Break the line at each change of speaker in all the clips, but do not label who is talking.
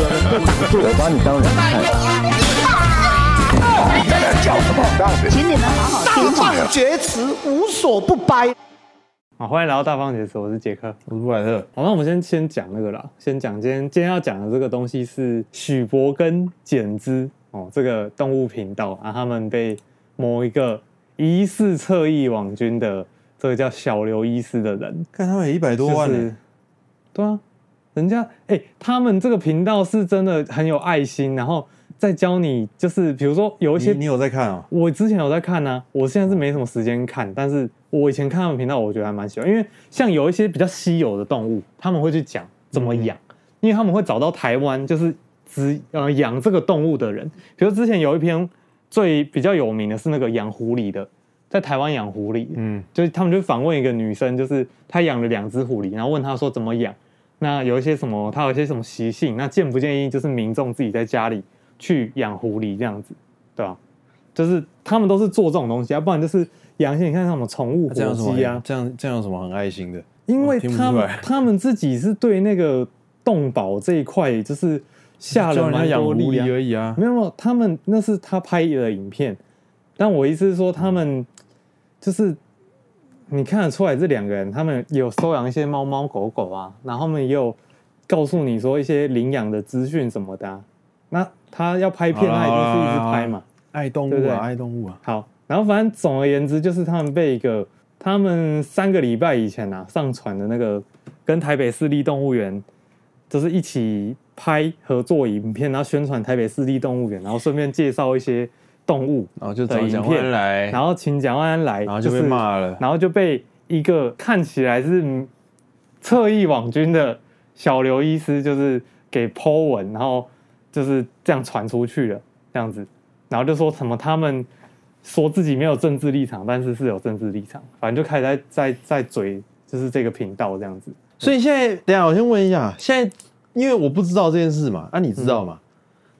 我把你当人看。
请你们好好听话。
厥词无所不掰。
好，欢迎来到大放厥词，我是杰克。
我是布莱特，
好，那我们先先讲那个啦，先讲今天今天要讲的这个东西是许博跟减资哦，这个动物频道啊，他们被某一个疑似侧翼网军的这个叫小刘医师的人
看他们一百多万
就
呢
是，对啊，人家哎、他们这个频道是真的很有爱心，然后再教你就是比如说有一些
你你有在看啊？
我之前有在看呢、啊我现在是没什么时间看，但是我以前看他们频道，我觉得还蛮喜欢，因为像有一些比较稀有的动物，他们会去讲怎么养，因为他们会找到台湾就是只呃养这个动物的人，比如之前有一篇最比较有名的是那个养狐狸的，在台湾养狐狸，
嗯，
就是他们就访问一个女生，就是她养了两只狐狸，然后问她说怎么养，那有一些什么，它有一些什么习性，那建不建议就是民众自己在家里去养狐狸这样子，对吧、就是他们都是做这种东西啊，不然就是养一些你看像什么宠物火
这样有什
鸡啊
么？，这样这样有什么很爱心的？
因为
我听不
他
出
们
来
他们自己是对那个动保这一块就是下
叫
了
人家
蛮
养
多
狐
力啊
狸而已啊。
没有，没有，他们那是他拍的影片，但我意思是说，他们
嗯
就是你看得出来，这两个人他们有收养一些猫猫狗狗啊，然后他们也有告诉你说一些领养的资讯什么的啊、那他要拍片，
好啦
他一定是
好啦
一直
好啦
拍嘛。
爱动
对不
物
对
啊，爱动物啊，
好，然后反正总而言之，就是他们被一个他们三个礼拜以前啊上传的那个跟台北市立动物园就是一起拍合作影片，然后宣传台北市立动物园，然后顺便介绍一些动物，
然后就
的
找
影
蒋
片
万来，
然后请蒋万安来，
然后就被
是
骂了。
然后就被一个看起来是嗯侧翼网军的小刘医师，就是给 Po 文，然后就是这样传出去了，这样子，然后就说什么他们说自己没有政治立场，但是是有政治立场，反正就开始在在在嘴，就是这个频道这样子。
所以现在，等一下我先问一下，现在因为我不知道这件事嘛，啊，你知道吗？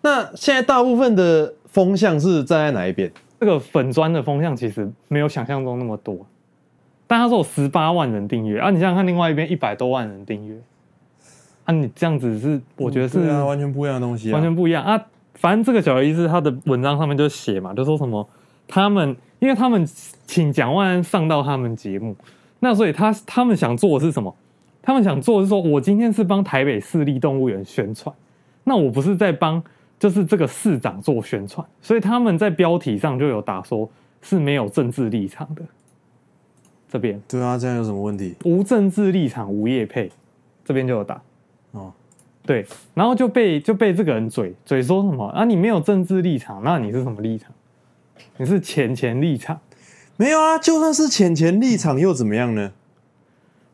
那现在大部分的风向是站在哪一边？
这个粉砖的风向其实没有想象中那么多，但他说有十八万人订阅啊，你想想看，另外一边一百多万人订阅，啊，你这样子是我觉得是、
对啊，完全不一样的东西啊，
完全不一样啊。反正这个小刘医师他的文章上面就写嘛，就说什么他们，因为他们请蒋万安上到他们节目，那所以他他们想做的是什么？他们想做的是说，我今天是帮台北市立动物园宣传，那我不是在帮就是这个市长做宣传，所以他们在标题上就有打说是没有政治立场的。这边
对啊，这样有什么问题？
无政治立场无业配，这边就有打。
哦，
对，然后就被就被这个人嘴嘴说什么啊？你没有政治立场，那你是什么立场？你是钱钱立场？
没有啊，就算是浅浅立场又怎么样呢？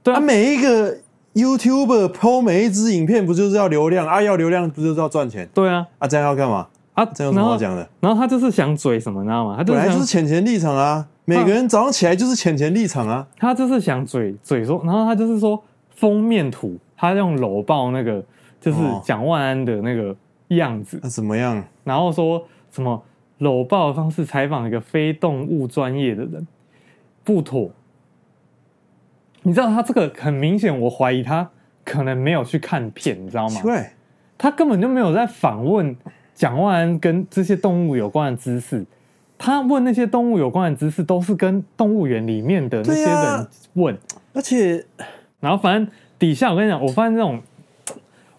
对啊
啊，每一个 YouTuber 抛每一支影片，不就是要流量啊？要流量不就是要赚钱
对啊
啊？这样要干嘛？
啊！
这样有什
然
么
后
好讲的？
然后他就是想嘴什么，你知道吗？他就
本
是
来
想
就是浅浅立场啊，每个人早上起来就是浅浅立场啊。
他就是想嘴嘴说，然后他就是说封面图，他用搂抱那个就是
哦
蒋万安的那个样子，
那、怎么样？
然后说什么搂抱的方式采访一个非动物专业的人，不妥。你知道他这个很明显，我怀疑他可能没有去看片，你知道
奇
吗？
怪，
他根本就没有在访问蒋万安跟这些动物有关的知识。他问那些动物有关的知识，都是跟动物园里面的那些
对啊
人问。
而且
然后反正底下我跟你讲，我发现这种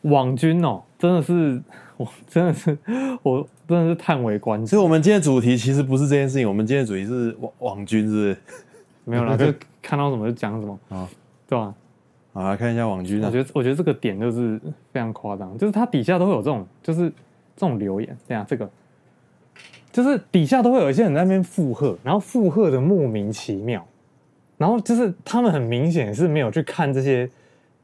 网军哦，真的是我真的是我真的是叹为观止。
所以我们今天的主题其实不是这件事情，我们今天的主题是网网军，是不是？
没有 啦，就看到什么就讲什么
啊
对吧？
好啊，看一下网军
我
啊，
觉得我觉得这个点就是非常夸张，就是它底下都会有这种就是这种留言，这样这个就是底下都会有一些人在那边附和，然后附和的莫名其妙，然后就是他们很明显是没有去看这些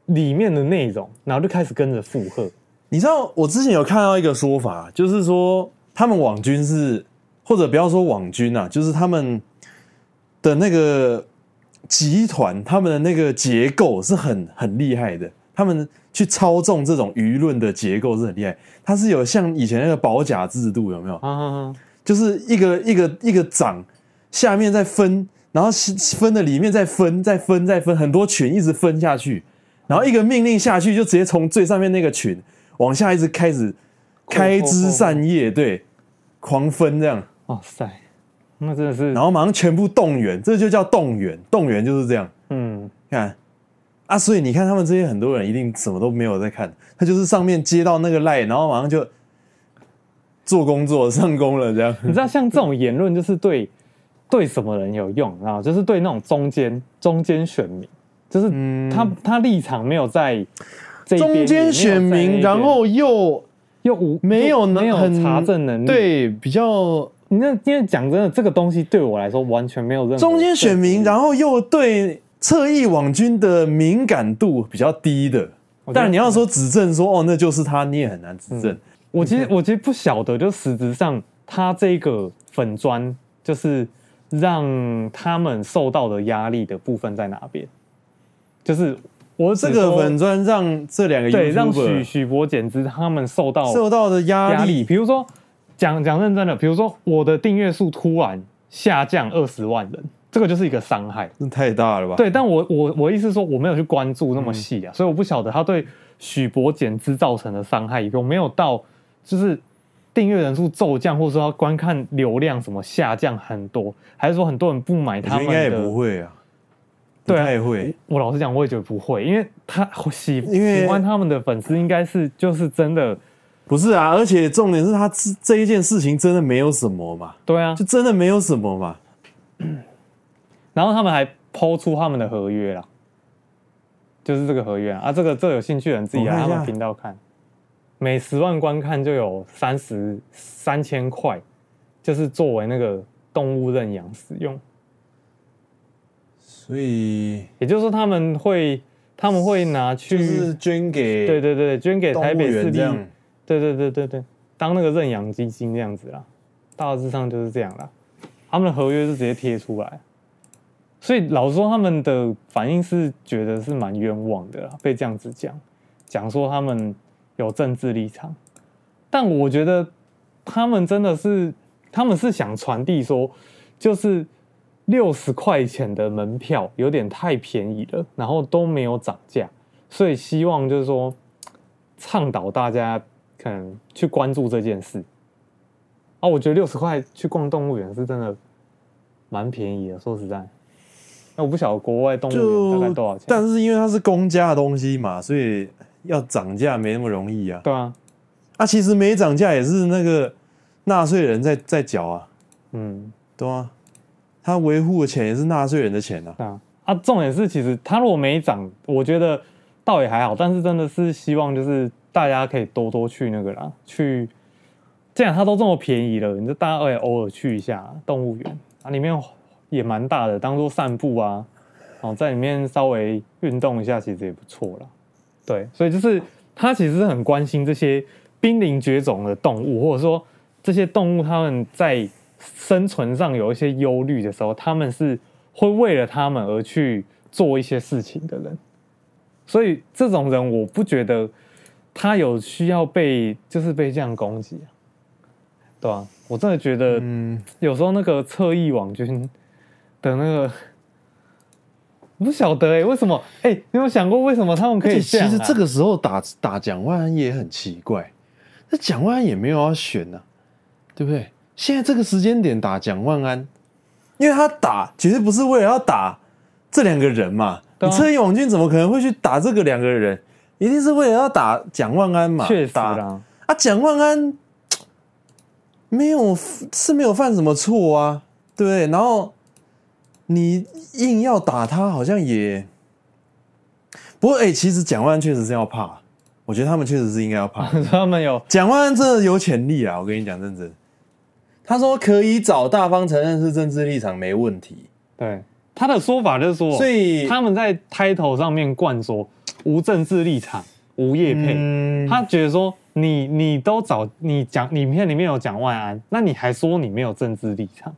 里面的内容，然后就开始跟着附和。
你知道我之前有看到一个说法，就是说他们网军是，或者不要说网军啊，就是他们的那个集团，他们的那个结构是很很厉害的。他们去操纵这种舆论的结构是很厉害，它是有像以前那个保甲制度有没有？
啊，
就是一个一个一个长，下面再分，然后是分的里面再分，再分，再分，很多群一直分下去，然后一个命令下去，就直接从最上面那个群往下一直开始开枝散叶，对，狂分这样，
哇塞，那真的是
然，后马上全部动员，这就叫动员，动员就是这样。
嗯，
看啊，所以你看他们这些很多人一定什么都没有在看，他就是上面接到那个赖，然后马上就做工作上工了这样。
你知道像这种言论就是对对什么人有用，然后就是对那种中间中间选民，就是
嗯
他、他立场没有在这一边
中间选
也没有在那一
民，
边
然后又
又无
没有能
没有
很
查证能力，
对比较
你那因为讲真的，这个东西对我来说完全没有任何
中间选民，
后
然后又对侧翼网军的敏感度比较低的。
我觉得嗯
但你要说指证说哦，那就是他，你也很难指证。
我其实我其实不晓得，就实质上他这个粉砖就是让他们受到的压力的部分在哪边，就是我只
这个
说
粉砖让这两个
对让许
YouTuber
许博简之他们受到
受到的
压
压
力，
力
比如说讲讲认真的，比如说我的订阅数突然下降二十万人，这个就是一个伤害。
那太大了吧？
对，但我我我意思是说，我没有去关注那么细啊，所以我不晓得他对许博减资造成的伤害有没有到，就是订阅人数骤降，或者说他观看流量什么下降很多，还是说很多人不买
我
他们
觉得应该也不
的？
会啊，
对啊
不太会。
我老实讲，我也觉得不会，因为他喜
因为
喜欢他们的粉丝应该是就是真的，
不是啊，而且重点是他这这一件事情真的没有什么嘛，
对啊
就，真的没有什么嘛。
然后他们还抛出他们的合约啦，就是这个合约啊，啊这个这个有兴趣的人自己来
我
他
看一下
们频道看，每十万观看就有三十三千块，就是作为那个动物认养使用，
所以
也就是说他们会他们会拿去，
就是捐给
对对对，捐给
动
台
物
北市
园
立
这，样。
对对对对对，当那个认养基金这样子啦，大致上就是这样啦。他们的合约是直接贴出来，所以老实说，他们的反应是觉得是蛮冤枉的啦，被这样子讲，讲说他们有政治立场，但我觉得他们真的是，他们是想传递说，就是六十块钱的门票有点太便宜了，然后都没有涨价，所以希望就是说倡导大家可能去关注这件事。啊，我觉得六十块去逛动物园是真的蛮便宜的，说实在。那我不晓得国外动物园大概多少
就
钱，
但是因为它是公家的东西嘛，所以要涨价没那么容易啊。
对啊，
啊，其实没涨价也是那个纳税人在在缴啊，
嗯，
对吗？他维护的钱也是纳税人的钱啊。
对啊，啊，重点是其实它如果没涨，我觉得倒也还好，但是真的是希望就是大家可以多多去那个啦，去，既然它都这么便宜了，你就大家也偶尔去一下动物园啊，里面也蛮大的，当做散步啊，哦，在里面稍微运动一下，其实也不错啦。对，所以就是他其实是很关心这些濒临绝种的动物，或者说这些动物它们在生存上有一些忧虑的时候，他们是会为了他们而去做一些事情的人。所以这种人，我不觉得他有需要被就是被这样攻击啊，对啊，我真的觉得
嗯，
有时候那个侧翼网军的那个，我不晓得哎、为什么哎、你有想过为什么他们可
而
以
且
这
其
样、啊？
实这个时候打打蒋万安也很奇怪，那蒋万安也没有要选呐、对不对？现在这个时间点打蒋万安，因为他打其实不是为了要打这两个人嘛，
对啊
你车翼网军怎么可能会去打这个两个人？一定是为了要打蒋万安嘛，
确实
打
啦，
啊，蒋万安没有是没有犯什么错啊，对不对？然后你硬要打他，好像也不过哎、其实蒋万安确实是要怕，我觉得他们确实是应该要怕。
他们有
蒋万安真的有潜力啊，我跟你讲，认真。他说可以找大方承认是政治立场没问题，
对他的说法就是说，
所以
他们在 title 上面灌说无政治立场、无业配，
嗯
他觉得说你你都找你讲影片里面有讲万安，那你还说你没有政治立场？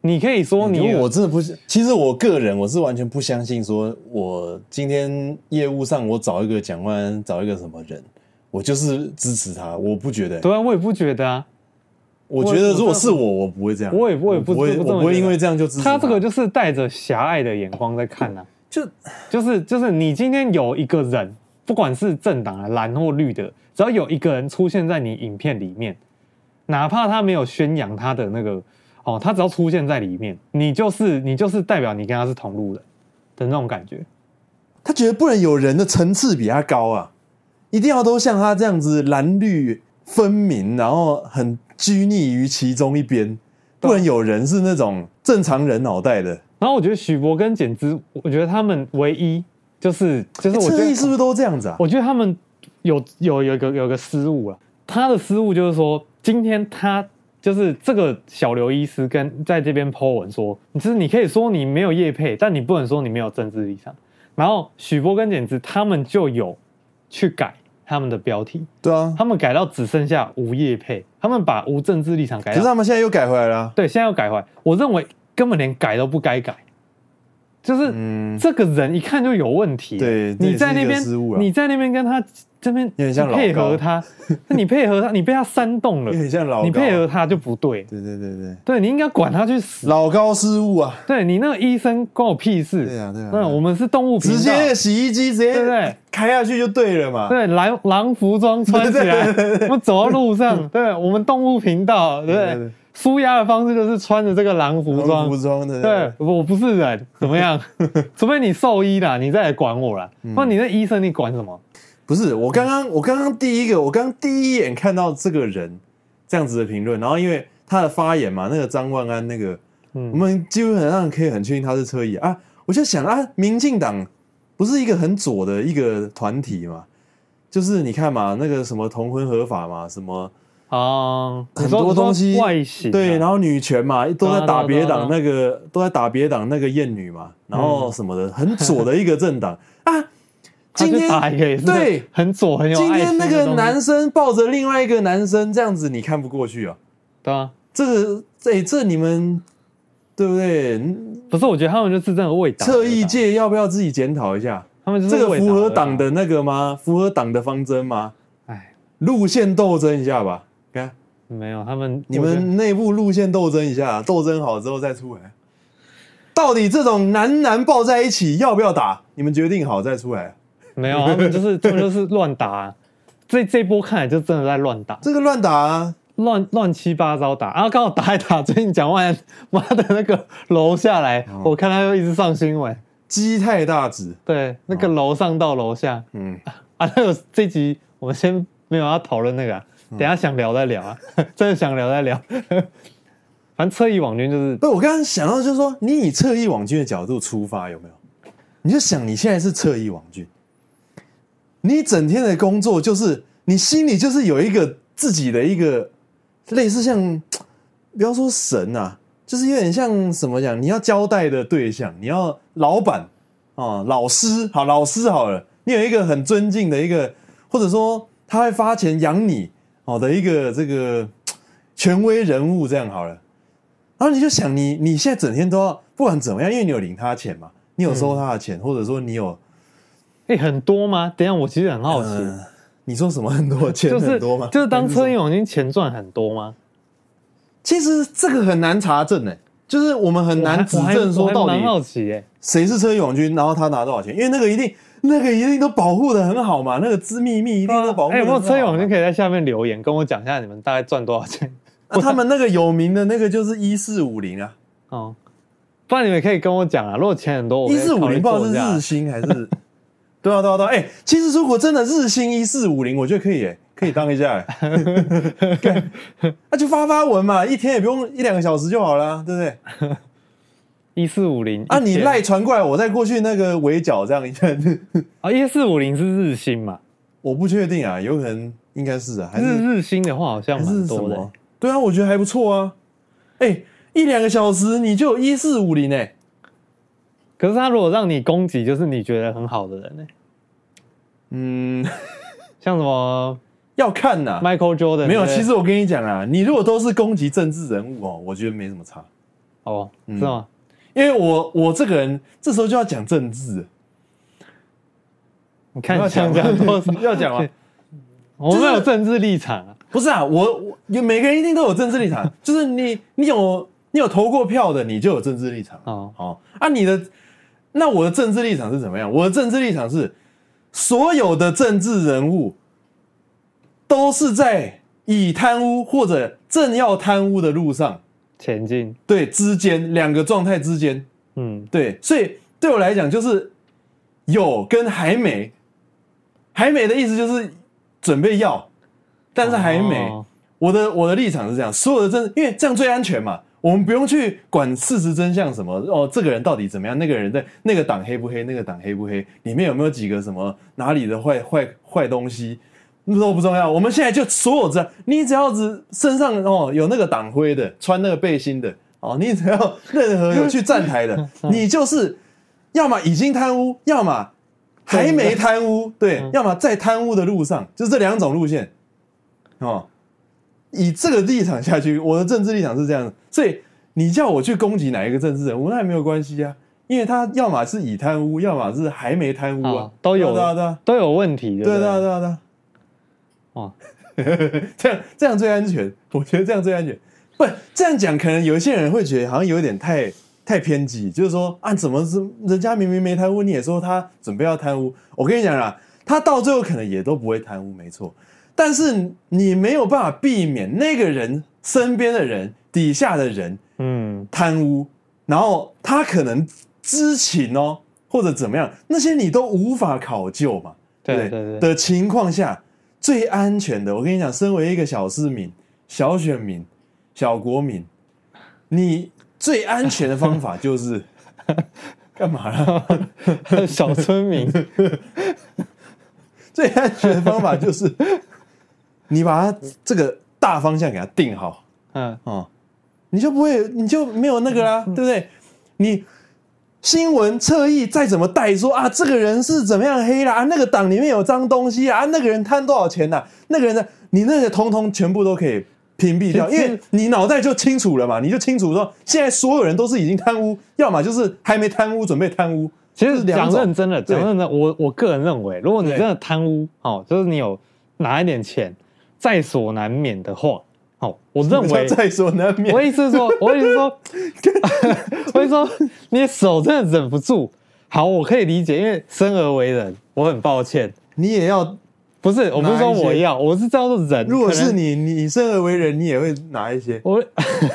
你可以说你
因为
有
我真的不是，其实我个人我是完全不相信，说我今天业务上我找一个蒋万安，找一个什么人，我就是支持他，我不觉得。
对啊，我也不觉得啊，
我觉得
我
如果是我，我不会这样。
我也我也不
不会，
我不这么觉得
我不会因为这样就支持
他这个就是带着狭隘的眼光在看啊。
就
就是就是你今天有一个人，不管是政党啊蓝或绿的，只要有一个人出现在你影片里面，哪怕他没有宣扬他的那个哦，他只要出现在里面，你就是你就是代表你跟他是同路人的那种感觉。
他觉得不能有人的层次比他高啊，一定要都像他这样子蓝绿分明，然后很拘泥于其中一边，不能有人是那种正常人脑袋的。
然后我觉得许博跟简之，我觉得他们唯一就是就是我觉
侧
得
翼是不是都哎这样子啊？
我觉得他们有有有一个有一个失误啊，他的失误就是说，今天他就是这个小刘医师跟在这边 Po 文说，就是你可以说你没有业配，但你不能说你没有政治立场。然后许波跟简直他们就有去改他们的标题，
对啊，
他们改到只剩下无业配，他们把无政治立场改
可是
到
他们现在又改回来了啊。
对，现在要改回来，我认为根本连改都不该改，就是
嗯
这个人一看就有问题。
对这也
你
是
在那
一个
边
失误，啊
你在那边跟他这边
有点像老
配
高
合他，那你配合他，你被他煽动了
有，点像老高，
你配合他就不对。
对对对对，
对你应该管他去死。
老高失误啊，
对你那个医生关我屁事。
对啊对啊对
那
啊
我们是动物频道
直接那个洗衣机直接
对不对
开下去就对了嘛。
对狼狼服装穿起来，
对对对对
我们走到路 上，对我们动物频道，对不
对对
对
对？
舒压的方式就是穿着这个狼服装，
服装的，
对，我不是人，怎么 样？除非你兽医啦，你再来管我啦。
嗯
那你那医生，你管什么？
不是我刚刚，我刚刚第一个，我刚刚第一眼看到这个人这样子的评论，然后因为他的发言嘛，那个张万安那个，
嗯
我们基本上可以很确定他是车椅啊。我就想啊，民进党不是一个很左的一个团体嘛，就是你看嘛，那个什么同婚合法嘛，什么
啊，你
很
说
多东
你
西
说外形啊，
对，然后女权嘛，都在打别
对啊
党
嗯
那个，都在打别党那个艳女嘛，然后什么的，很左的一个 政党啊。
他
今
去
天
打一个也是
对
很左很有
今
爱
天
心的
那个
东西
男生抱着另外一个男生，这样子你看不过去啊？
对啊，
这个，这、这你们对不对？嗯
不是，我觉得他们就是这个味道，
侧翼界要不要自己检讨一下？
他们就是
这个
为
符
党而
合党的那个吗？符合党的方针吗？
党，哎，
路线斗争一下吧，看
没有他们，
你
我觉得
们内部路线斗争一下，斗争好之后再出来。到底这种男男抱在一起要不要打？你们决定好再出来。
没 有，他们就是他们就是乱打啊。这这波看来就真的在乱打，
这个乱打啊，
乱乱七八糟打啊！刚好打一打，最近蒋万安妈的那个楼下来，
哦
我看他又一直上新闻，
鸡太大只。
对，那个楼上到楼下，
嗯，
啊， 那个这集我们先没有要讨论那个、啊，
嗯
等一下想聊再聊啊， 真的想聊再聊。 反正车衣网军就是
不，我刚刚想到就是说，你以侧翼网军的角度出发，有没有？你就想你现在是侧翼网军，你整天的工作就是你心里就是有一个自己的一个类似像，不要说神啊，就是有点像什么讲，你要交代的对象，你要老板啊、老师，好老师好了，你有一个很尊敬的一个，或者说他会发钱养你哦的一个这个权威人物，这样好了。然后你就想你，你现在整天都要，不管怎么样，因为你有领他钱嘛，你有收他的
嗯
钱，或者说你有，
哎、很多吗？等一下我其实很好奇，
嗯、你说什么很多钱
就是
很多吗？
就是当车
还
衣
是什么，
网军钱赚很多吗？
其实这个很难查证诶、就是我们很
我还
难指证
我
说
还
到
我还蛮好
底
奇哎、
谁是车永军，然后他拿多少钱，因为那个一定那个一定都保护的很好嘛，那个资秘密一定都保护
哎、有
得很
没
好嘛。
有车衣网军可以在下面留言跟我讲一下你们大概赚多少 钱？
啊他们那个有名的那个就是一四五零啊，
哦，不然你们也可以跟我讲啊。如果钱很多，我
一
可以
四五
考虑
零不知道
做一下
是日薪还是？对啊，对啊，对啊！哎、其实如果真的日薪一四五零，我觉得可以、哎，可以当一下、哎， 干那、就发发文嘛，一天也不用一两个小时就好了，对不对？
一四五零
啊，你赖传过来，我再过去那个围剿这样一下，
啊一四五零是日薪嘛？
我不确定啊，有可能应该是啊，还是
日日薪的话好像
还是
蛮
什
多的、
么？对啊，我觉得还不错啊。哎、一两个小时你就有一四五零哎，
可是他如果让你攻击，就是你觉得很好的人呢、
嗯，
像什么
要看呐、
Michael Jordan
没有，
对不对
其实我跟你讲啊，你如果都是攻击政治人物哦，我觉得没什么差，
哦，
嗯
是吗？
因为我我这个人这时候就要讲政治，
你看
要
像
讲？
这样多少
要讲吗？
我们有政治立场啊，
不是啊，我我有每个人一定都有政治立场， 就是你你有你有投过票的，你就有政治立场。
哦
哦啊，你的那我的政治立场是怎么样？我的政治立场是，所有的政治人物都是在以贪污或者正要贪污的路上，
前进，
对之间两个状态之间，
嗯，
对，所以对我来讲就是有跟还没，还没的意思就是准备要，但是还没。
哦
我的我的立场是这样，所有的真，因为这样最安全嘛，我们不用去管事实真相什么哦，这个人到底怎么样，那个人在那个党黑不黑，那个党黑不黑，里面有没有几个什么哪里的坏坏坏东西，那都不重要。我们现在就所有这，你只要只身上哦有那个党徽的，穿那个背心的哦，你只要任何有去站台的，你就是要么已经贪污，要么还没贪污，对，要么在贪污的路上，就是这两种路线哦。以这个立场下去，我的政治立场是这样的，所以你叫我去攻击哪一个政治人物，那也没有关系啊，因为他要么是已贪污，要么是还没贪污啊
啊，都有
对啊对啊
都有问题的，
对啊对啊
对
对啊对啊，
哦，
这样这样最安全，我觉得这样最安全。不，这样讲可能有一些人会觉得好像有点太太偏激，就是说啊，怎么是人家明明没贪污，你也说他准备要贪污？我跟你讲啦，他到最后可能也都不会贪污，没错。但是你没有办法避免那个人身边的人、底下的人
嗯，
贪污，然后他可能知情哦，或者怎么样，那些你都无法考究嘛。
对
对
对对
的情况下，最安全的，我跟你讲，身为一个小市民、小选民、小国民，你最安全的方法就是 干嘛啦？
小村民，
最安全的方法就是你把它这个大方向给它定好。
嗯，
哦，你就不会，你就没有那个啦，对不对？你新闻侧翼再怎么带说啊，这个人是怎么样黑啦，啊，那个党里面有脏东西啊，啊那个人贪多少钱呐、那个人呢，你那个通通全部都可以屏蔽掉，
其
因
实
为你脑袋就清楚了嘛，你就清楚说，现在所有人都是已经贪污，要么就是还没贪污，准备贪污。
其
就是
实
两
讲
种
认真的，
对
讲认真的，我我个人认为，如果你
对
真的贪污，哦，就是你有拿一点钱，在所难免的话，哦，我认 为
再说难免
我，意思是 说，我意思是说，我意思说，你的手真的忍不住。好，我可以理解，因为生而为人，我很抱歉。
你也要。
不是，我不是说我要，我是叫做人。
如果
可
是
能，
你，你生而为人，你也会拿一些。
我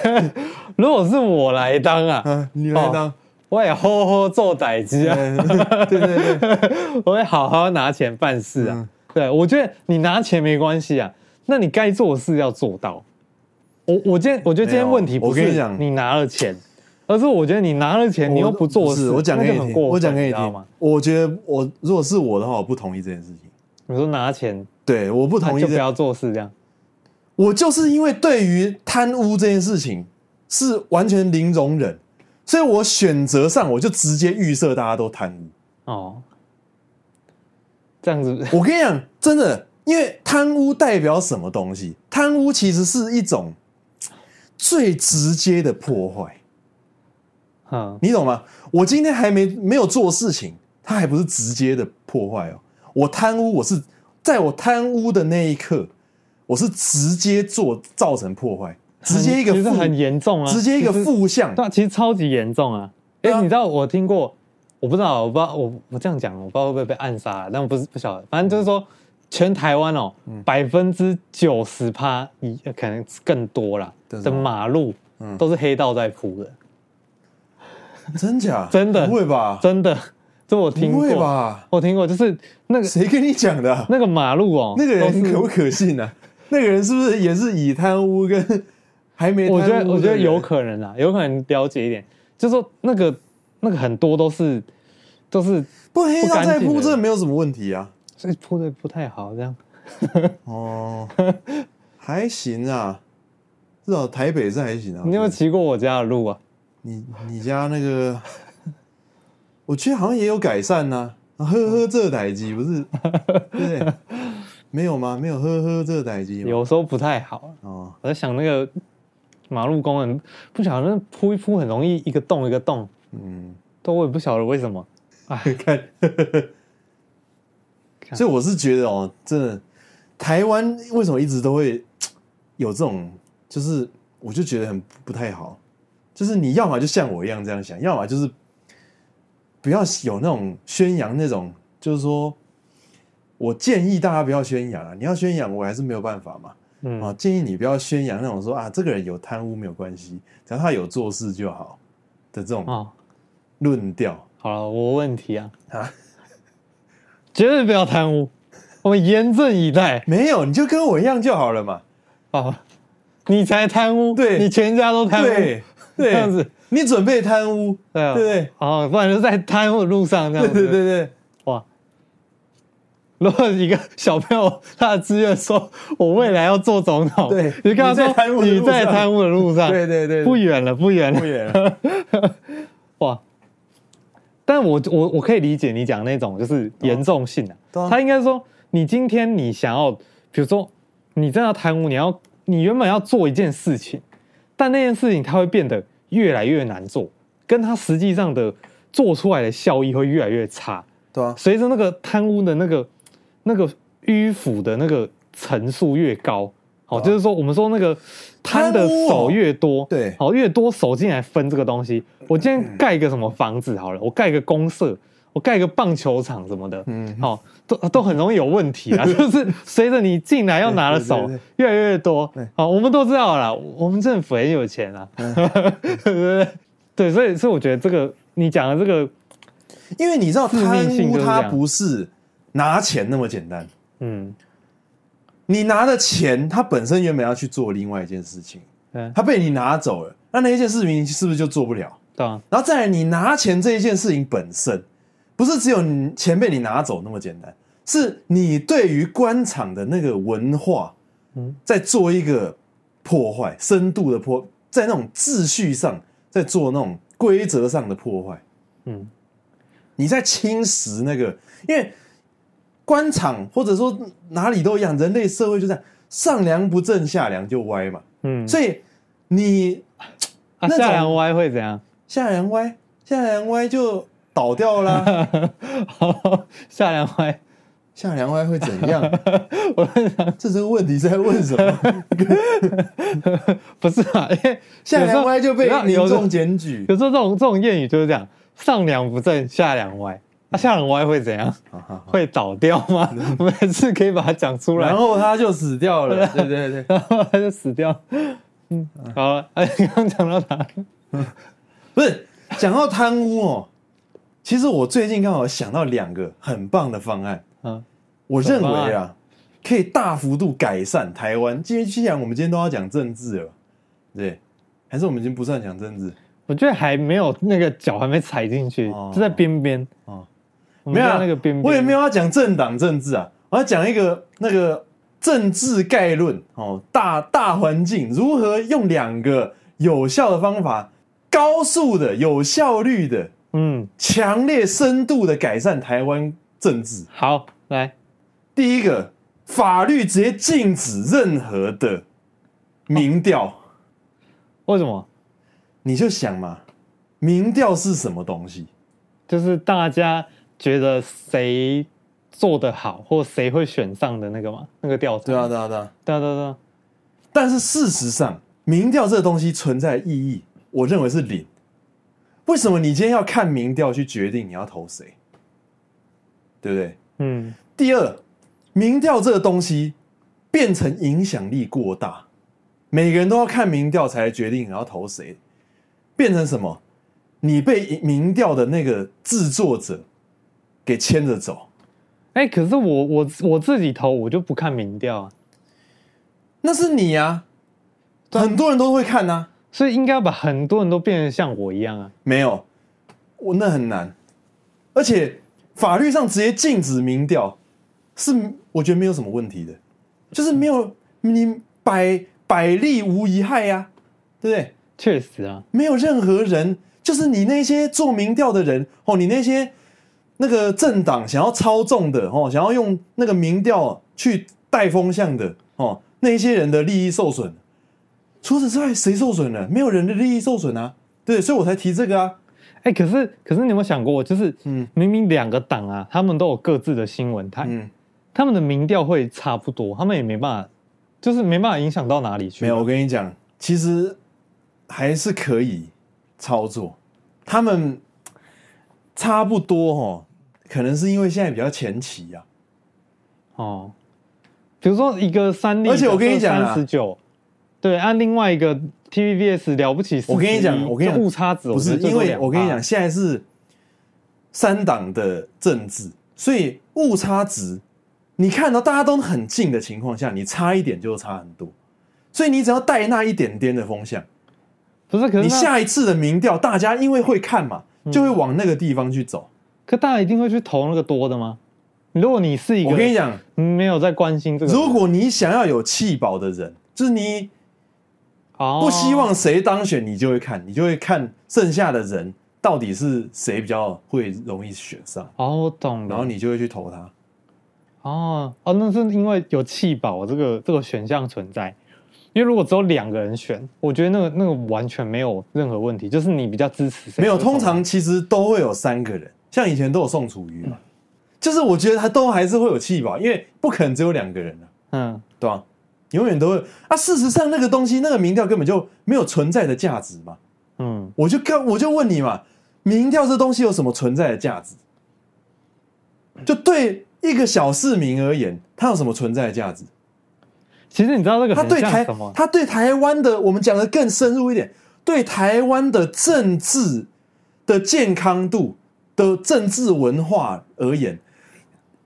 如果是我来当啊，
嗯，你来
哦
当。
我也好好做歹机啊，
嗯 对对对。
我会好好拿钱办事啊。
嗯
对，我觉得你拿钱没关系啊，那你该做的事要做到。我我今天我觉得今天
没有
问题不
我跟你
是
讲
你拿了钱，而是我觉得你拿了钱你又不做
是
事，
我讲
那
给
就
你
很
听，
过分
我讲给
你
你
知道
听
吗？。
我觉得我如果是我的话，我不同意这件事情。
你说拿钱，
对，我不
那
同意
就
这
不要做事这样。
我就是因为对于贪污这件事情是完全零容忍，所以我选择上我就直接预设大家都贪污。
哦，这样子，
我跟你讲，真的，因为贪污代表什么东西？贪污其实是一种最直接的破坏。
嗯，
你懂吗？我今天还没没有做事情，它还不是直接的破坏哦。我贪污，我是在我贪污的那一刻，我是直接做造成破坏，直接一个
其实
负，
很严重啊，
直接一个
其实
负向。
对啊，其实超级严重啊！哎、
对啊
你知道我听过，我不知道，我不知道，我我这样讲，我不知道会不会被暗杀、啊但我不是不晓得，反正就是说，
嗯
全台湾哦，百分之九十趴以呃可能更多啦
的嗯
的马路、都是黑道在铺的，
真假？
真的
不会吧？
真的， 这我听
不会
过，
吧？
我听过，就是那个
谁跟你讲的啊、
那个马路哦，
那个
都
人
是
可不可信呢、啊？那个人是不是也是以贪污跟还没贪污
我觉
的人？欸
得我觉得有可能啊，有可能了解一点，就是说那个那个很多都是都是
不黑道在
不干净
铺，
的
这没有什么问题啊。
是铺的不太好这样。
哦，还行啊，至少台北是还行啊。
你有没
我
有
觉得
骑过我家的路啊？
你你家那个，我觉得好像也有改善呐、呵呵，这代机不是，对不对？没有吗？没有呵呵这代机吗？
有时候不太好。啊
哦，
我在想那个马路工人，不晓得那铺一铺很容易一个洞一个洞，
嗯，
都我也不晓得为什么。
看，所以我是觉得哦，真的，台湾为什么一直都会有这种，就是我就觉得很不太好，就是你要么就像我一样这样想，要么就是不要有那种宣扬那种，就是说我建议大家不要宣扬啊，你要宣扬我还是没有办法嘛。
嗯
啊，建议你不要宣扬那种说啊，这个人有贪污没有关系，只要他有做事就好的这种
哦，
论调。
好了，我问题啊，
啊
绝对不要贪污，我们严阵以待
没有，你就跟我一样就好了嘛。
啊！你才贪污，
对
你全家都贪污，
对对，
这样子，
你准备贪污，
对啊，
对不对？
哦，不然就在贪污的路上这样
对
子，
对对对，
哇！如果一个小朋友他的志愿说“我未来要做总统”，
对
你跟他
你在贪污
说
的路
你在
上
贪污的路上，
对对对
啊不远了，不远了，
不远了。
哇！但我我我可以理解你讲那种就是严重性
对啊
啊，他应该说你今天你想要，比如说你真的要贪污，你要你原本要做一件事情，但那件事情它会变得越来越难做，跟它实际上的做出来的效益会越来越差。
对啊，
随着那个贪污的那个那个迂腐的那个层数越高，好、
啊
就是说我们说那个贪的
贪污哦
手越多，
对
好、越多手进来分这个东西。我今天盖一个什么房子好了，我盖一个公社，我盖一个棒球场什么的，嗯，好、都都很容易有问题 啊。就是随着你进来要拿的手
对对
越来越多
对，嗯
好、我们都知道啦，我们政府很有钱啊， 对不对？对，所以所以我觉得这个你讲的这个，
因为你知道
致
贪
命性就
污
是这
它
样
不是拿钱那么简单，
嗯
你拿的钱，它本身原本要去做另外一件事情，
嗯，
它被你拿走了，那那一件事情是不是就做不了？
对啊，
然后再来，你拿钱这一件事情本身，不是只有你钱被你拿走那么简单，是你对于官场的那个文化，
嗯
在做一个破坏，深度的破，在那种秩序上，在做那种规则上的破坏。
嗯。
你在侵蚀那个，因为官场或者说哪里都一样，人类社会就这样，上梁不正下梁就歪嘛。
嗯，
所以你
啊、
那种
下梁歪会怎样？
下梁歪，下梁歪就倒掉啦，
下梁歪，
下梁歪会怎 样？这这个问题是在问 什么？
不是啊，因为
下梁歪就被民
有时候
众检举
有时候这种这种谚语就是这样，上梁不正下梁歪。那、下梁歪会怎样？
啊
会倒掉吗？ 我们还是可以把它讲出来
然，后他就死掉了。 对对对，
然后它就死掉。嗯，
啊
好了，哎，刚刚讲到哪？
不是讲到贪污哦，其实我最近刚好想到两个很棒的方案。
嗯，
我认
什么
为
方
啊，可以大幅度改善台湾。既然既然我们今天都要讲政治了，对，还是我们已经不算讲政治
我觉得还没有那个脚还没踩进去，
哦
就在边边。
哦
哦，我们
有啊
在那个边边，
我也没有要讲政党政治啊，我要讲一个那个政治概论哦，大大环境如何用两个有效的方法，高速的、有效率的、
嗯，
强烈深度的改善台湾政治。
好，来，
第一个，法律直接禁止任何的民调。
为什么？
你就想嘛，民调是什么东西？
就是大家觉得谁做得好，或谁会选上的那个嘛，那个调查。
对啊，，对啊，对啊。
对啊，对啊，对啊
但是事实上，民调这东西存在的意义，我认为是零。为什么你今天要看民调去决定你要投谁？对不对？
嗯，
第二，民调这个东西变成影响力过大，每个人都要看民调才决定你要投谁，变成什么？你被民调的那个制作者给牵着走。
哎、可是我我我自己投，我就不看民调啊，
那是你啊，很多人都会看呐、啊。
所以应该要把很多人都变得像我一样啊。
没有，我那很难，而且法律上直接禁止民调，是我觉得没有什么问题的，就是没有你百百利无一害呀、啊，对不对？
确实啊，
没有任何人，就是你那些做民调的人哦，你那些那个政党想要操纵的哦，想要用那个民调去带风向的哦，那一些人的利益受损。除此之外，谁受损了？没有人的利益受损啊。对，所以我才提这个啊。
哎、可是可是你有没有想过，就是
嗯
明明两个党啊，他们都有各自的新闻台，
嗯，
他们的民调会差不多，他们也没办法，就是没办法影响到哪里去。啊
没有，我，跟你讲，其实还是可以操作。他们差不多哦，可能是因为现在比较前期啊，
哦，比如说一个三立，
而且我跟你讲啊
三十九，对，按另外一个 TVBS 了不起41，
我跟你讲，我跟你
就
讲，
误差值
不是
觉得最
因
多
为我跟你
2%
讲，，现在是三党的政治，所以误差值，你看到大家都很近的情况下，你差一点就差很多，所以你只要带那一点点的风向，
不是，可
你
是那嗯
下一次的民调，大家因为会看嘛，就会往那个地方去走。
可大家一定会去投那个多的吗？如果你是一个，
我跟你讲，
没有在关 心这个，
如果你想要有气保的人，就是你
哦
不希望谁当选，你就会看，你就会看剩下的人到底是谁比较会容易选上，
哦，我懂了，
然后你就会去投他。
哦哦，那是因为有弃保这个这个选项存在。因为如果只有两个人选，我觉得那个那个完全没有任何问题，就是你比较支持谁。
没有，通常其实都会有三个人，像以前都有宋楚瑜嘛，就是我觉得他都还是会有气保，因为不可能只有两个人啊，
嗯，
对吧、永远都会啊。事实上，那个东西，那个民调根本就没有存在的价值嘛。
嗯，
我就刚我就问你嘛，民调这东西有什么存在的价值？就对一个小市民而言，它有什么存在的价值？
其实你知道这个
他
很
对
像
台
什么？
他对台湾的，我们讲的更深入一点，对台湾的政治的健康度的政治文化而言，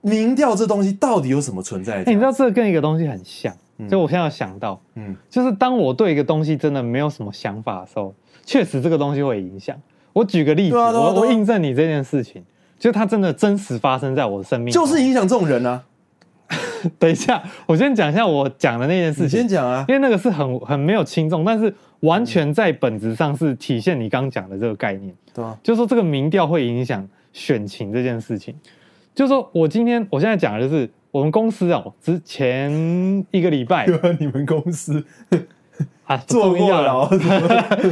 民调这东西到底有什么存在的价
哎、
值？
你知道这个跟一个东西很像，就我现在有想到，
嗯，
就是当我对一个东西真的没有什么想法的时候，确实这个东西会影响。我举个例子，
对啊对啊
我
对啊
我印证你这件事情，就是它真的真实发生在我的生命中。
就是影响这种人啊！
等一下，我先讲一下我讲的那件事
你
情。
先讲嗯啊，
因为那个是很很没有轻重，但是完全在本质上是体现你刚讲的这个概念，
对 吧？
就是说这个民调会影响选情这件事情。就是说我今天我现在讲的就是我们公司哦，之前一个礼 拜
你们公司
啊
坐过
了，
牢，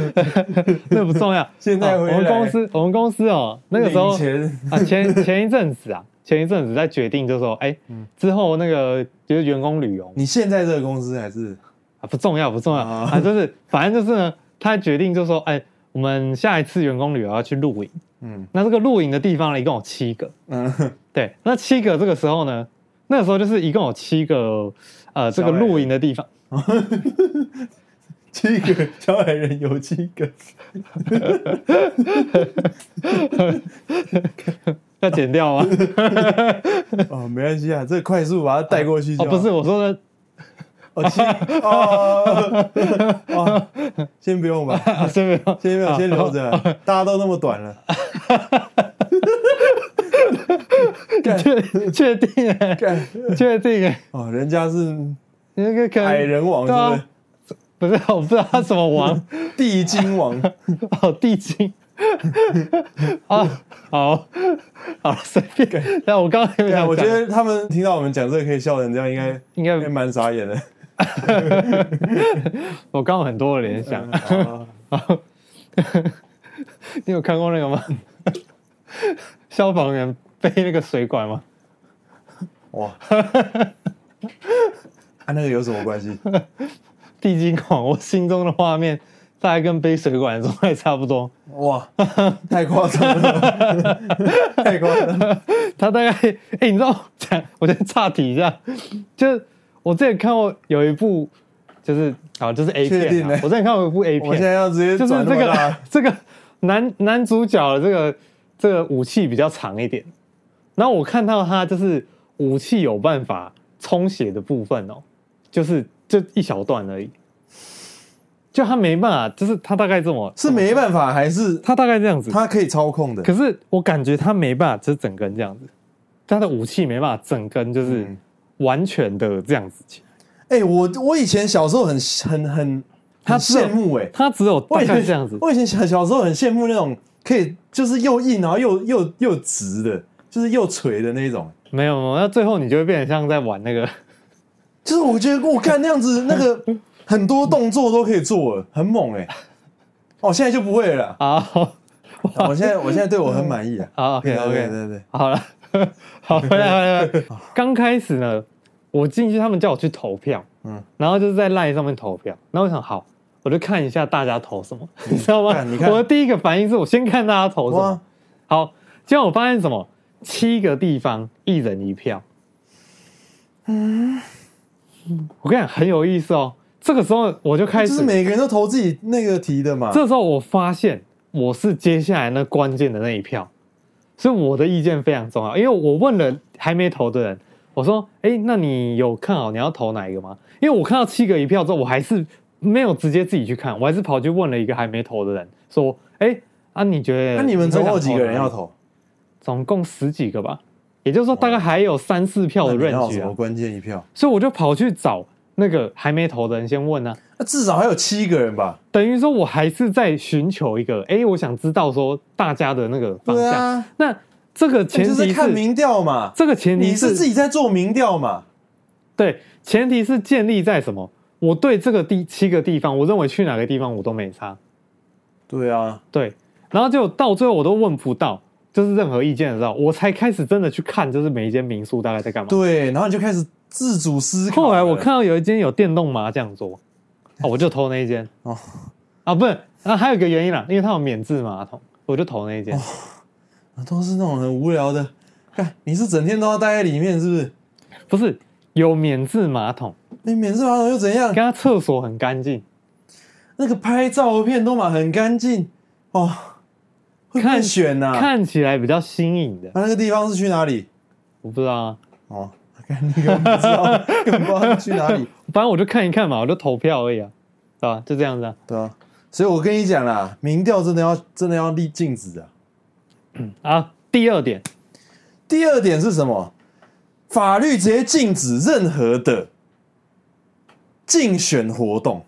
那不重要。
现在
啊
回
我
来
们公司我们公司哦，那个时候
领钱
啊前前一阵子啊，前一阵子在决定就是说，哎，
嗯
之后那个就是员工旅游嘛
你现在这个公司还是
啊，不重要，不重要
啊
啊就是反正就是呢，他决定就说，哎，我们下一次员工旅游要去露营，
嗯
那这个露营的地方呢，一共有七个，
嗯
对，那七个这个时候呢，那个时候就是一共有七个，呃，这个
小矮人
露营的地方，
七个小矮人有七个，
要剪掉吗？
哦，没关系啊，这快速把它带过去就
哦，
好。
不是，我说 的，
哦，七哦 哦哦，哦先不用吧，
啊，先没有，
先不用，
啊
先留着，大家都那么短了，
确确定欸，
干
确定欸，
哦，人家是
你那个可能
矮人王，
对
是
啊，不是，我不知道他什么王，
不是？地精 王，
哦，地 精。啊，好，好，随便。但我刚刚有
对啊，
想
我觉
讲
得他们听到我们讲这个可以笑成这样，应该
应该
应该蛮傻眼的。
我刚有很多的联想。
哦
你有看过那个吗？ 消防员背那个水管吗？
哇，啊，那个有什么关系？
地精狂，我心中的画面大概跟背水管的状态差不多。
哇，太夸张 了，太夸张了。
他大概， 哎、你知道，讲我先岔题一下，就是我之前看过有一部，就是啊，就是 A
确
片、
定
啊
欸，
我之前看过一部 A
我现在
片，
要直 接
就是
转
这
那么
个
大，
这个男男主角的这个这个武器比较长一点，然后我看到他就是武器有办法充血的部分哦，就是就一小段而已，就他没办法，就是他大概这么，
是没办法，还是
他大概这样子，
他可以操控的？
可是我感觉他没办法，就是整根这样子，他的武器没办法整根就是
嗯
完全的这样子切，
哎、我我以前小时候很很很
他
很
只有
羡慕哎、
他只有
我
大
以
概
前
这样子，
我以前小小时候很羡慕那种可以就是又硬然后又又又直的，就是又垂的那种。
没有没有，那最后你就会变得像在玩那个，。
就是我觉得我看那样子那个很多动作都可以做了，很猛哎、哦，现在就不会了啦
好
我现在我现在对我很满意啊。
好 OK
对
OK，
对对，
好了， 好回来回来。 回来刚开始呢，我进去，他们叫我去投票，
嗯
嗯，然后就是在 LINE 上面投票。然后我想，好，我就看一下大家投什么，你知道吗？
嗯看你看
我的第一个反应是我先看大家投什
哇
么。好，结果我发现什么？七个地方一人一票，
嗯
我跟你讲很有意思哦。这个时候我就开
就
始
是每个人都投自己那个题的嘛。
这时候我发现我是接下来那关键的那一票，所以我的意见非常重要。因为我问了还没投的人，我说：“哎，那你有看好你要投哪一个吗？”因为我看到七个一票之后，我还是没有直接自己去看，我还是跑去问了一个还没投的人，说：“哎，啊，你觉得？
那你们总共有几个人要？投？
总共十几个吧，也就是说大概还有三四票的
哦那你要
range
什么
啊。
关键一票？
所以我就跑去找那个还没投的人先问啊。
那至少还有七个人吧？
等于说我还是在寻求一个，哎，我想知道说大家的那个方
对
向。
啊
那这个前
你就
提
是看民调嘛，
这个前提
你是自己在做民调嘛？
对，前提是建立在什么？我对这个第七个地方，我认为去哪个地方我都没差。
对啊，
对，然后就到最后我都问不到，就是任何意见的时候，我才开始真的去看，就是每一间民宿大概在干嘛。
对，然后你就开始自主思考了。
后来我看到有一间有电动麻将桌，啊，我就投那一间。
哦
哦，啊，不是，啊，还有一个原因啦，因为它有免治马桶，我就投那一间。
都是那种很无聊的，看你是整天都要待在里面是不是？
不是有免治马 桶，
那免治马桶又怎样
跟？他厕所很干净，
那个拍照片都嘛很干净哦，会看
看
选呐、啊。
看起来比较新颖的。
那那个地方是去哪里？
我不知道啊，
哦，看你根本不知 道，根本不知道去哪里，
反正我就看一看嘛，我就投票而已啊，对吧？就这样子啊。
对啊。所以我跟你讲啦，民调真的要真的要立禁止啊。
啊，第二点，
第二点是什么？法律直接禁止任何的竞选活动。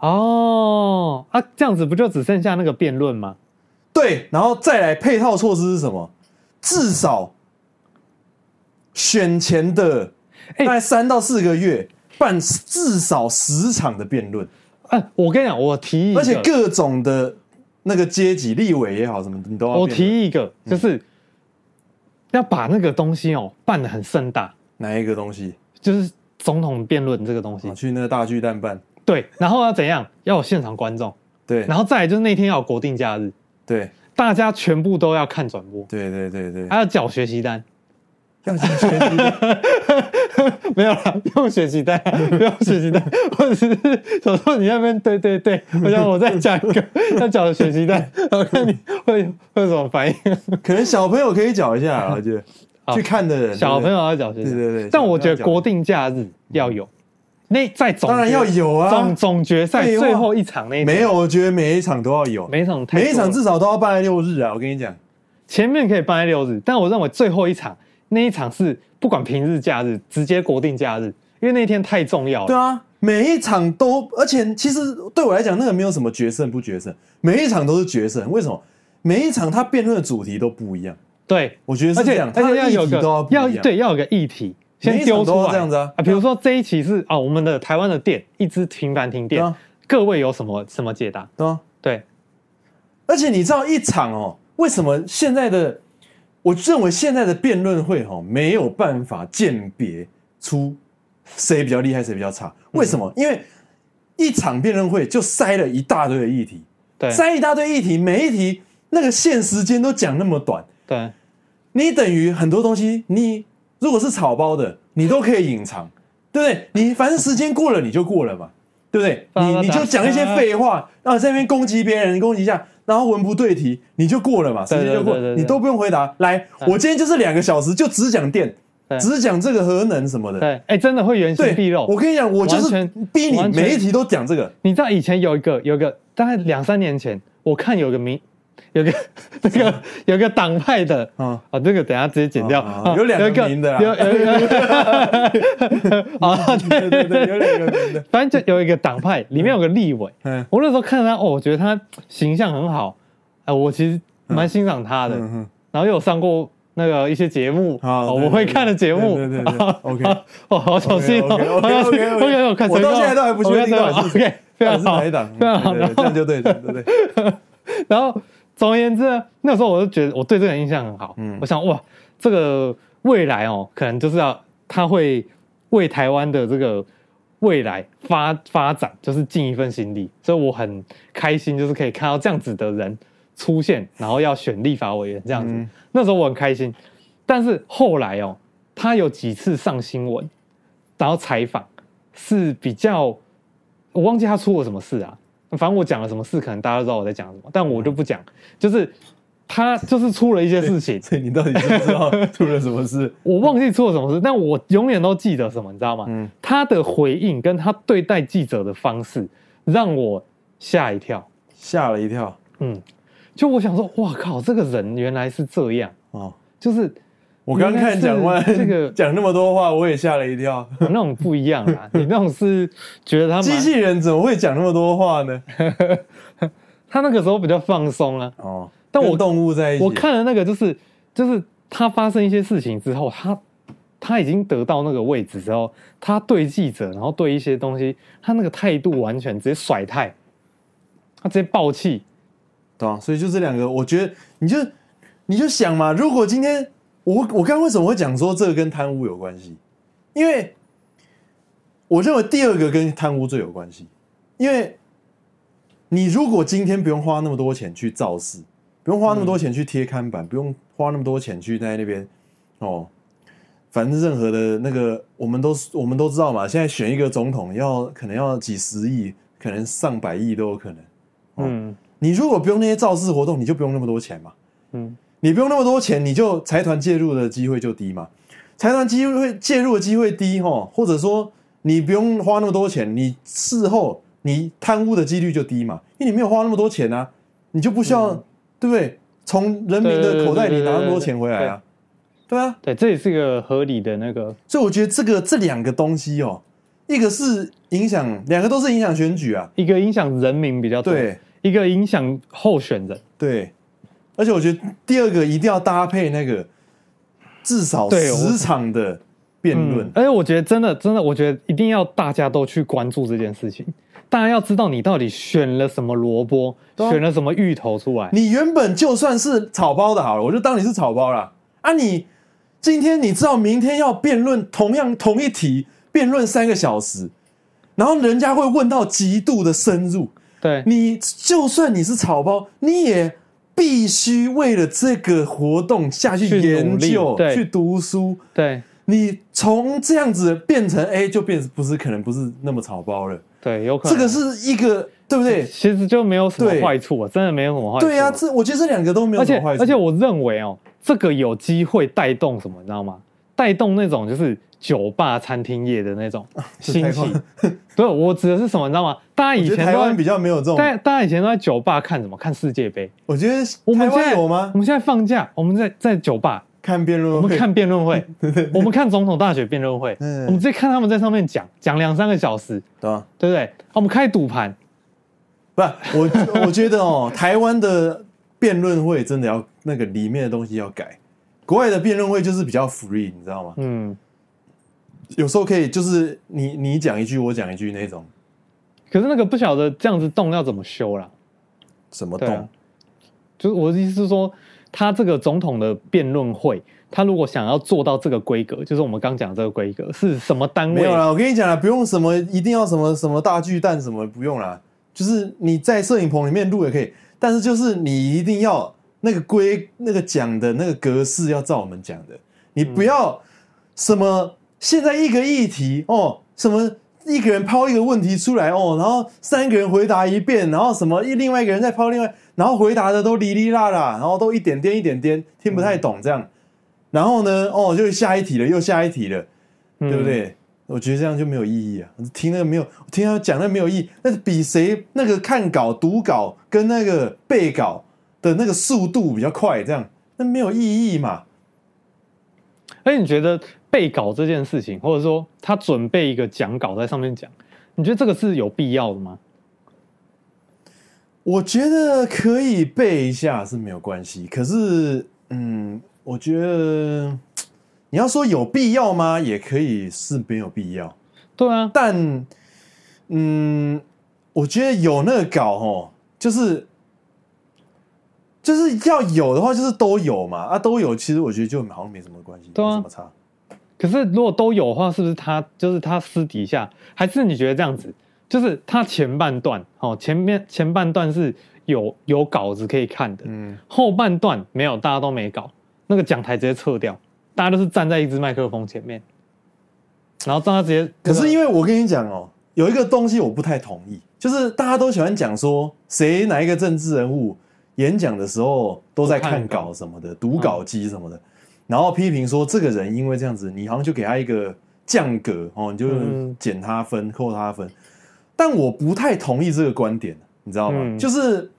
哦，啊，这样子不就只剩下那个辩论吗？
对，然后再来配套措施是什么？至少选前的大
哎
概三到四个月、办至少十场的辩论，
哎、我跟你讲，我提议一个，
而且各种的那个阶级，立委也好什么的，你都要
我
辩论
提议一个，
嗯
就是、要把那个东西哦办得很盛大，
哪一个东西？
就是总统辩论这个东西。
啊去那个大巨蛋办？
对，然后要怎样？要有现场观众，
对，
然后再来就是那天要有国定假日。
对，
大家全部都要看转播，
对对对对，
还要缴学习单。
要竞选
没有啦，不用学习单，不用学习单。我只是想说你那边对对对，我想我再讲一个要缴学习单，然后看你会会有什么反应。
可能小朋友可以缴一下啊，我觉得
好
去看的人，
小朋
对
友要缴学习单，
对对对
但我觉得国定假日要有，那在总决
当然要有啊
总总决赛
废话
最后一场那一
不
场
对没有，我觉得每一场都要有，
每一场太多了
每一场至少都要办在六日啊，我跟你讲，
前面可以办在六日，但我认为最后一场那一场是不管平日假日，直接国定假日，因为那天太重要了。
对啊，每一场都，而且其实对我来讲，那个没有什么决胜不决胜，每一场都是决胜，为什么？每一场他辩论的主题都不一样，
对，
我觉得是
而
这
且
样，
而且
他的
要
议
有
题都
个
不一
要
样，
对要有个议题，
每一
先丢
场都
出
要
来
这样子啊
比如说这一期是啊，我们的台湾的电一支平板停
对
电
啊，
各位有什么什么解答？
对啊，
对，
而且你知道一场哦，为什么现在的我认为现在的辩论会哦没有办法鉴别出谁比较厉害谁比较差？为什么？因为一场辩论会就塞了一大堆的议题，
对，
塞一大堆议题，每一题那个限时间都讲那么短，
对，
你等于很多东西，你如果是草包的，你都可以隐藏，对不对？你反正时间过了你就过了嘛，对不对？你你就讲一些废话，然后在那边攻击别人，攻击一下，然后文不对题，你就过了嘛，时间就过，你都不用回答。来，我今天就是两个小时，就只讲电，只讲这个核能什么的。
对，哎，真的会原形
对
毕，露。
我跟你讲，我就是逼你每一题都讲 这个。
你知道以前有一个有一个大概两三年前，我看有个民有个那个有个党派的
啊
啊啊，这个等一下直接剪掉
啊
啊
有两个
一
民的啦
有有一个啊
对对对，有两个人的，
反正就有一个党派，里面有个立委。
嗯
我那时候看他，哦，我觉得他形象很好，哎、我其实蛮欣赏他的。
嗯嗯
然后又有上过那个一些节目，
啊
哦
对
我会看的节目。
对对对对
啊
OK
啊哦，好小心哦
OK，OK，OK，OK，
好小心
OK，OK，OK，
我看
我到现在都还不确定到底是
OK，非常
是
好，
哪一
非
档？
常好。然
这样
后，
就对，对对对，
然后，总而言之呢，那时候我就觉得我对这个人印象很好。嗯，我想哇，这个未来哦，可能就是要他会为台湾的这个未来发发展，就是尽一份心力。所以我很开心，就是可以看到这样子的人出现，然后要选立法委员这样子。那时候我很开心，但是后来哦，他有几次上新闻，然后采访是比较，我忘记他出了什么事啊。反正我讲了什么事，可能大家都知道我在讲什么，但我就不讲。就是他就是出了一些事情，
所以你到底知不知道出了什么事？
我忘记出了什么事，但我永远都记得什么，你知道吗？
嗯
他的回应跟他对待记者的方式让我吓一跳。
吓了一跳
嗯，就我想说，哇靠，这个人原来是这样，
哦！
就是
我刚
原来
看
是
蒋万
这个
讲那么多话，我也吓了一跳。
我那种不一样啦。你那种是觉得他蛮
机器人怎么会讲那么多话呢？
他那个时候比较放松啊。
哦，
但我
跟动物在一起，
我看了那个，就是就是他发生一些事情之后，他他已经得到那个位置之后，他对记者，然后对一些东西，他那个态度完全直接甩态，他直接爆气。
对啊，所以就这两个，我觉得你就你就想嘛，如果今天我我刚刚为什么会讲说这个跟贪污有关系？因为我认为第二个跟贪污最有关系，因为你如果今天不用花那么多钱去造势，不用花那么多钱去贴看板，不用花那么多钱去在那边哦，反正任何的那个我们都我们都知道嘛，现在选一个总统要可能要几十亿，可能上百亿都有可能。哦
嗯
你如果不用那些造势活动，你就不用那么多钱嘛。
嗯，
你不用那么多钱，你就财团介入的机会就低嘛。财团机会介入的机会低吼，或者说你不用花那么多钱，你事后你贪污的几率就低嘛，因为你没有花那么多钱啊，你就不需要、对不对？从人民的口袋里拿那么多钱回来啊，对啊。
对，这也是一个合理的那个，
所以我觉得这个这两个东西哦，一个是影响，两个都是影响选举啊，
一个影响人民比较多，
对。
一个影响候选人。
对，而且我觉得第二个一定要搭配那个至少
对我
十场的辩论。
嗯而且我觉得真的真的，我觉得一定要大家都去关注这件事情，大家要知道你到底选了什么萝卜，
对啊
选了什么芋头出来。
你原本就算是草包的好了，我就当你是草包啦。啊你，今天你知道明天要辩论同样同一题，辩论三个小时，然后人家会问到极度的深入，
对，
你就算你是草包，你也必须为了这个活动下去
去努
研
力
究、
对
去读书，
对
你从这样子变成 A，就变不是可能不是那么草包了。
对，有可
这
能
个是一个对不对？
其实就没有什么
对
坏处啊，真的没有什么坏处。
对呀、这我觉得这两个都没有
而
什
且
么坏处。
而且我认为哦，这个有机会带动什么，你知道吗？带动那种就是酒吧、餐厅业的那种兴
啊台
起
湾。
对，我指的是什么，你知道吗？大家以
我觉得
前
台湾
都
比
在，
较没有这种，
大家大家以前都在酒吧看什么？看世界杯。
我觉得
我
台
们现
湾
在
有吗
我？们现在放假，我们在在酒吧，
看辩论
我
会，
们看辩论 会，我们看总统大学辩论会，
嗯
我们直接看他们在上面讲讲两三个小时，
对吧？
对不对？啊我们开赌盘，
不，我 我觉得哦，台湾的辩论会真的要那个里面的东西要改。国外的辩论会就是比较 free，你知道吗？
嗯，
有时候可以就是你你讲一句我讲一句那种，
可是那个不晓得这样子动要怎么修啦。
什么
对啊
动？
就是我的意思是说，他这个总统的辩论会，他如果想要做到这个规格，就是我们刚讲这个规格是什么单
没
位
有？啦，我跟你讲啦，不用什么，一定要什么什么大巨蛋什么，不用啦。就是你在摄影棚里面录也可以，但是就是你一定要那个规那个讲的那个格式要照我们讲的，你不
嗯
要什么现在一个议题哦，什么一个人抛一个问题出来哦，然后三个人回答一遍，然后什么一另外一个人再抛另外，然后回答的都哩哩啦啦，然后都一点点一点点听不太
嗯
懂这样，然后呢哦就下一题了又下一题了。
嗯
对不？对？我觉得这样就没有意义啊！听那个没有，听他讲那没有意义，那比谁那个看稿、读稿跟那个背稿的那个速度比较快，这样那没有意义嘛？
而哎你觉得背稿这件事情，或者说他准备一个讲稿在上面讲，你觉得这个是有必要的吗？
我觉得可以背一下是没有关系，可是嗯，我觉得你要说有必要吗？也可以是没有必要。
对啊，
但嗯，我觉得有那个稿哦，就是就是要有的话，就是都有嘛啊，都有。其实我觉得就好像没什么关系，
对啊
没什么差。
可是如果都有的话，是不是他就是他私底下，还是你觉得这样子？就是他前半段哦，前面前半段是有有稿子可以看的，
嗯，
后半段没有，大家都没稿，那个讲台直接撤掉。大家都是站在一支麦克风前面，然后让他直接。
可是因为我跟你讲哦，有一个东西我不太同意，就是大家都喜欢讲说谁哪一个政治人物演讲的时候都在看稿什么的，读稿机什么的，然后批评说这个人因为这样子，你好像就给他一个降格哦，你就
嗯
减他分、扣他分。但我不太同意这个观点，你知道吗？
嗯
就是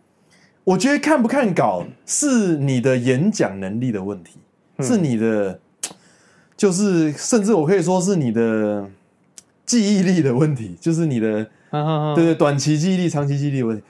我觉得看不看稿是你的演讲能力的问题，是你的，就是甚至我可以说是你的记忆力的问题，就是你的
哈哈哈
对对短期记忆力、长期记忆力的问题，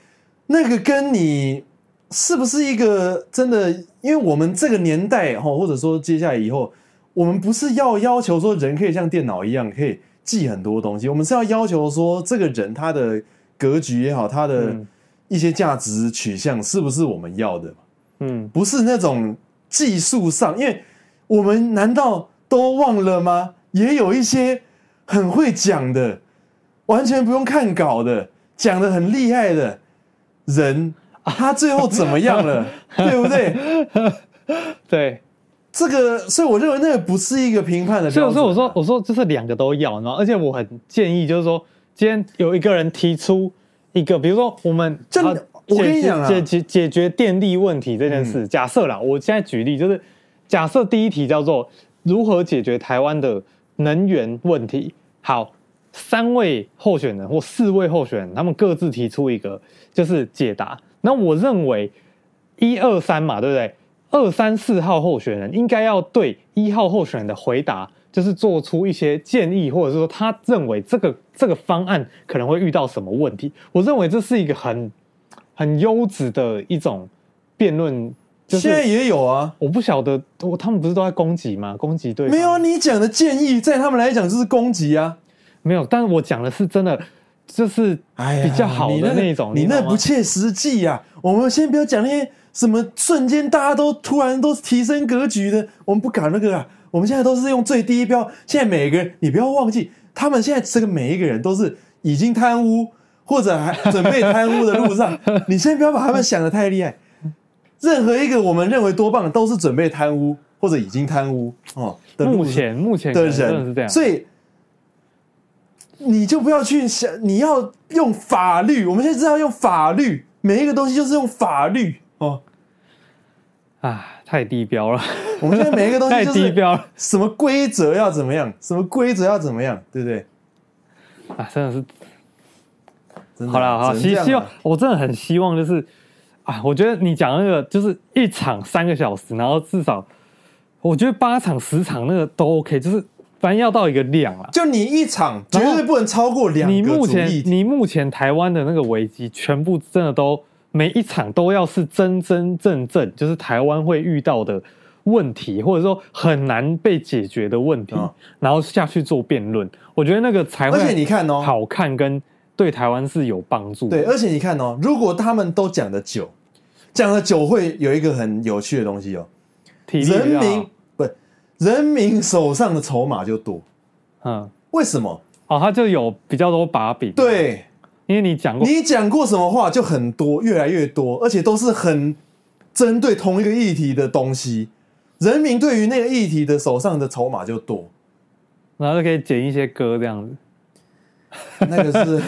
那个跟你是不是一个真的？因为我们这个年代哈，或者说接下来以后，我们不是要要求说人可以像电脑一样可以记很多东西，我们是要要求说这个人他的格局也好，他的
嗯
一些价值取向是不是我们要的嘛？
嗯，
不是那种技术上，因为我们难道都忘了吗？也有一些很会讲的，完全不用看稿的，讲的很厉害的 人，他最后怎么样了？对不对？
对。
这个，所以我认为那个不是一个评判的
所
标
以，
准。啊
所以我说，我说就是两个都要，然后而且我很建议，就是说，今天有一个人提出一个，比如说我们
真的
啊
我跟你讲啊嗯
解解解解决电力问题这件事，假设啦，我现在举例就是，假设第一题叫做如何解决台湾的能源问题。好，三位候选人或四位候选人，他们各自提出一个就是解答。那我认为一二三嘛，对不对？二三四号候选人应该要对一号候选人的回答，就是做出一些建议，或者是说他认为这个这个方案可能会遇到什么问题。我认为这是一个很很优质的一种辩论，就是
现在也有啊，
我不晓得，我他们不是都在攻击吗？攻击对方
没有啊，你讲的建议在他们来讲就是攻击啊。
没有，但是我讲的是真的，就是
哎呀，
比较好
你那
的
个
那一种，
你
知道
那
吗
不切实际呀、我们先不要讲那些什么瞬间大家都突然都提升格局的，我们不搞那个啊。我们现在都是用最低标，现在每个人你不要忘记，他们现在这个每一个人都是已经贪污或者还准备贪污的路 上，你先不要把他们想的太厉害。任何一个我们认为多棒的，都是准备贪污或者已经贪污哦的路
目
上
前目前可
的
能真的
人，
是这样，
所以你就不要去想，你要用法律。我们现在知道用法律，每一个东西就是用法律哦。
啊，太低标了，
我们现在每一个东 西
太
就
低
是
标了
什么规则要怎么样，什么规则要怎么样，对不对？
啊，真的是
真的
好了，好，
只
希
能这
希
样
望
啊
我真的很希望就是啊，我觉得你讲那个就是一场三个小时，然后至少我觉得八场十场那个都 OK，就是反正要到一个量啊。
就你一场绝
然后
对不能超过两
你
个
目
主
前
议题。
你目前台湾的那个危机，全部真的都每一场都要是真真正正，就是台湾会遇到的问题，或者说很难被解决的问题，
嗯
然后下去做辩论，我觉得那个才会
而且你看哦
好看跟对台湾是有帮助的。
对，而且你看哦，如果他们都讲的久，讲的久会有一个很有趣的东西哦，
体力
人
比较好
民不，人民手上的筹码就多。
嗯。
为什么？
哦，他就有比较多把柄。，
对
因为你讲过，
你讲过什么话就很多，越来越多，而且都是很针对同一个议题的东西。人民对于那个议题的手上的筹码 就多，
然后就可以剪一些歌这样子，
那个是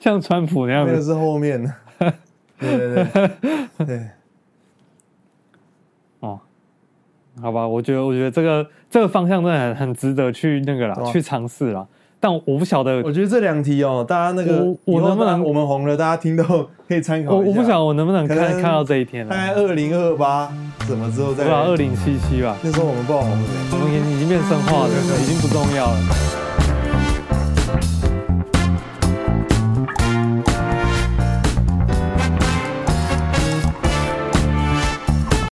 像川普那
那
样
个
子。
是后面的。对对对对，
哦，好吧，我觉得，我觉得这个这个方向真的很很值得去那个啦，
对啊
去尝试啦。但我不晓得，
我觉得这两题哦，大家那个
我我
以后
能不
大家
能
我们红了，大家听到可以参考
我
一下
我不晓得我能不能
可
看
能
看到这一天
大概
了。
二零二八什么之后
我
再
不知道二零七七吧，
那时候我们爆红了。
我们已经已经变生化了，已经不重要了。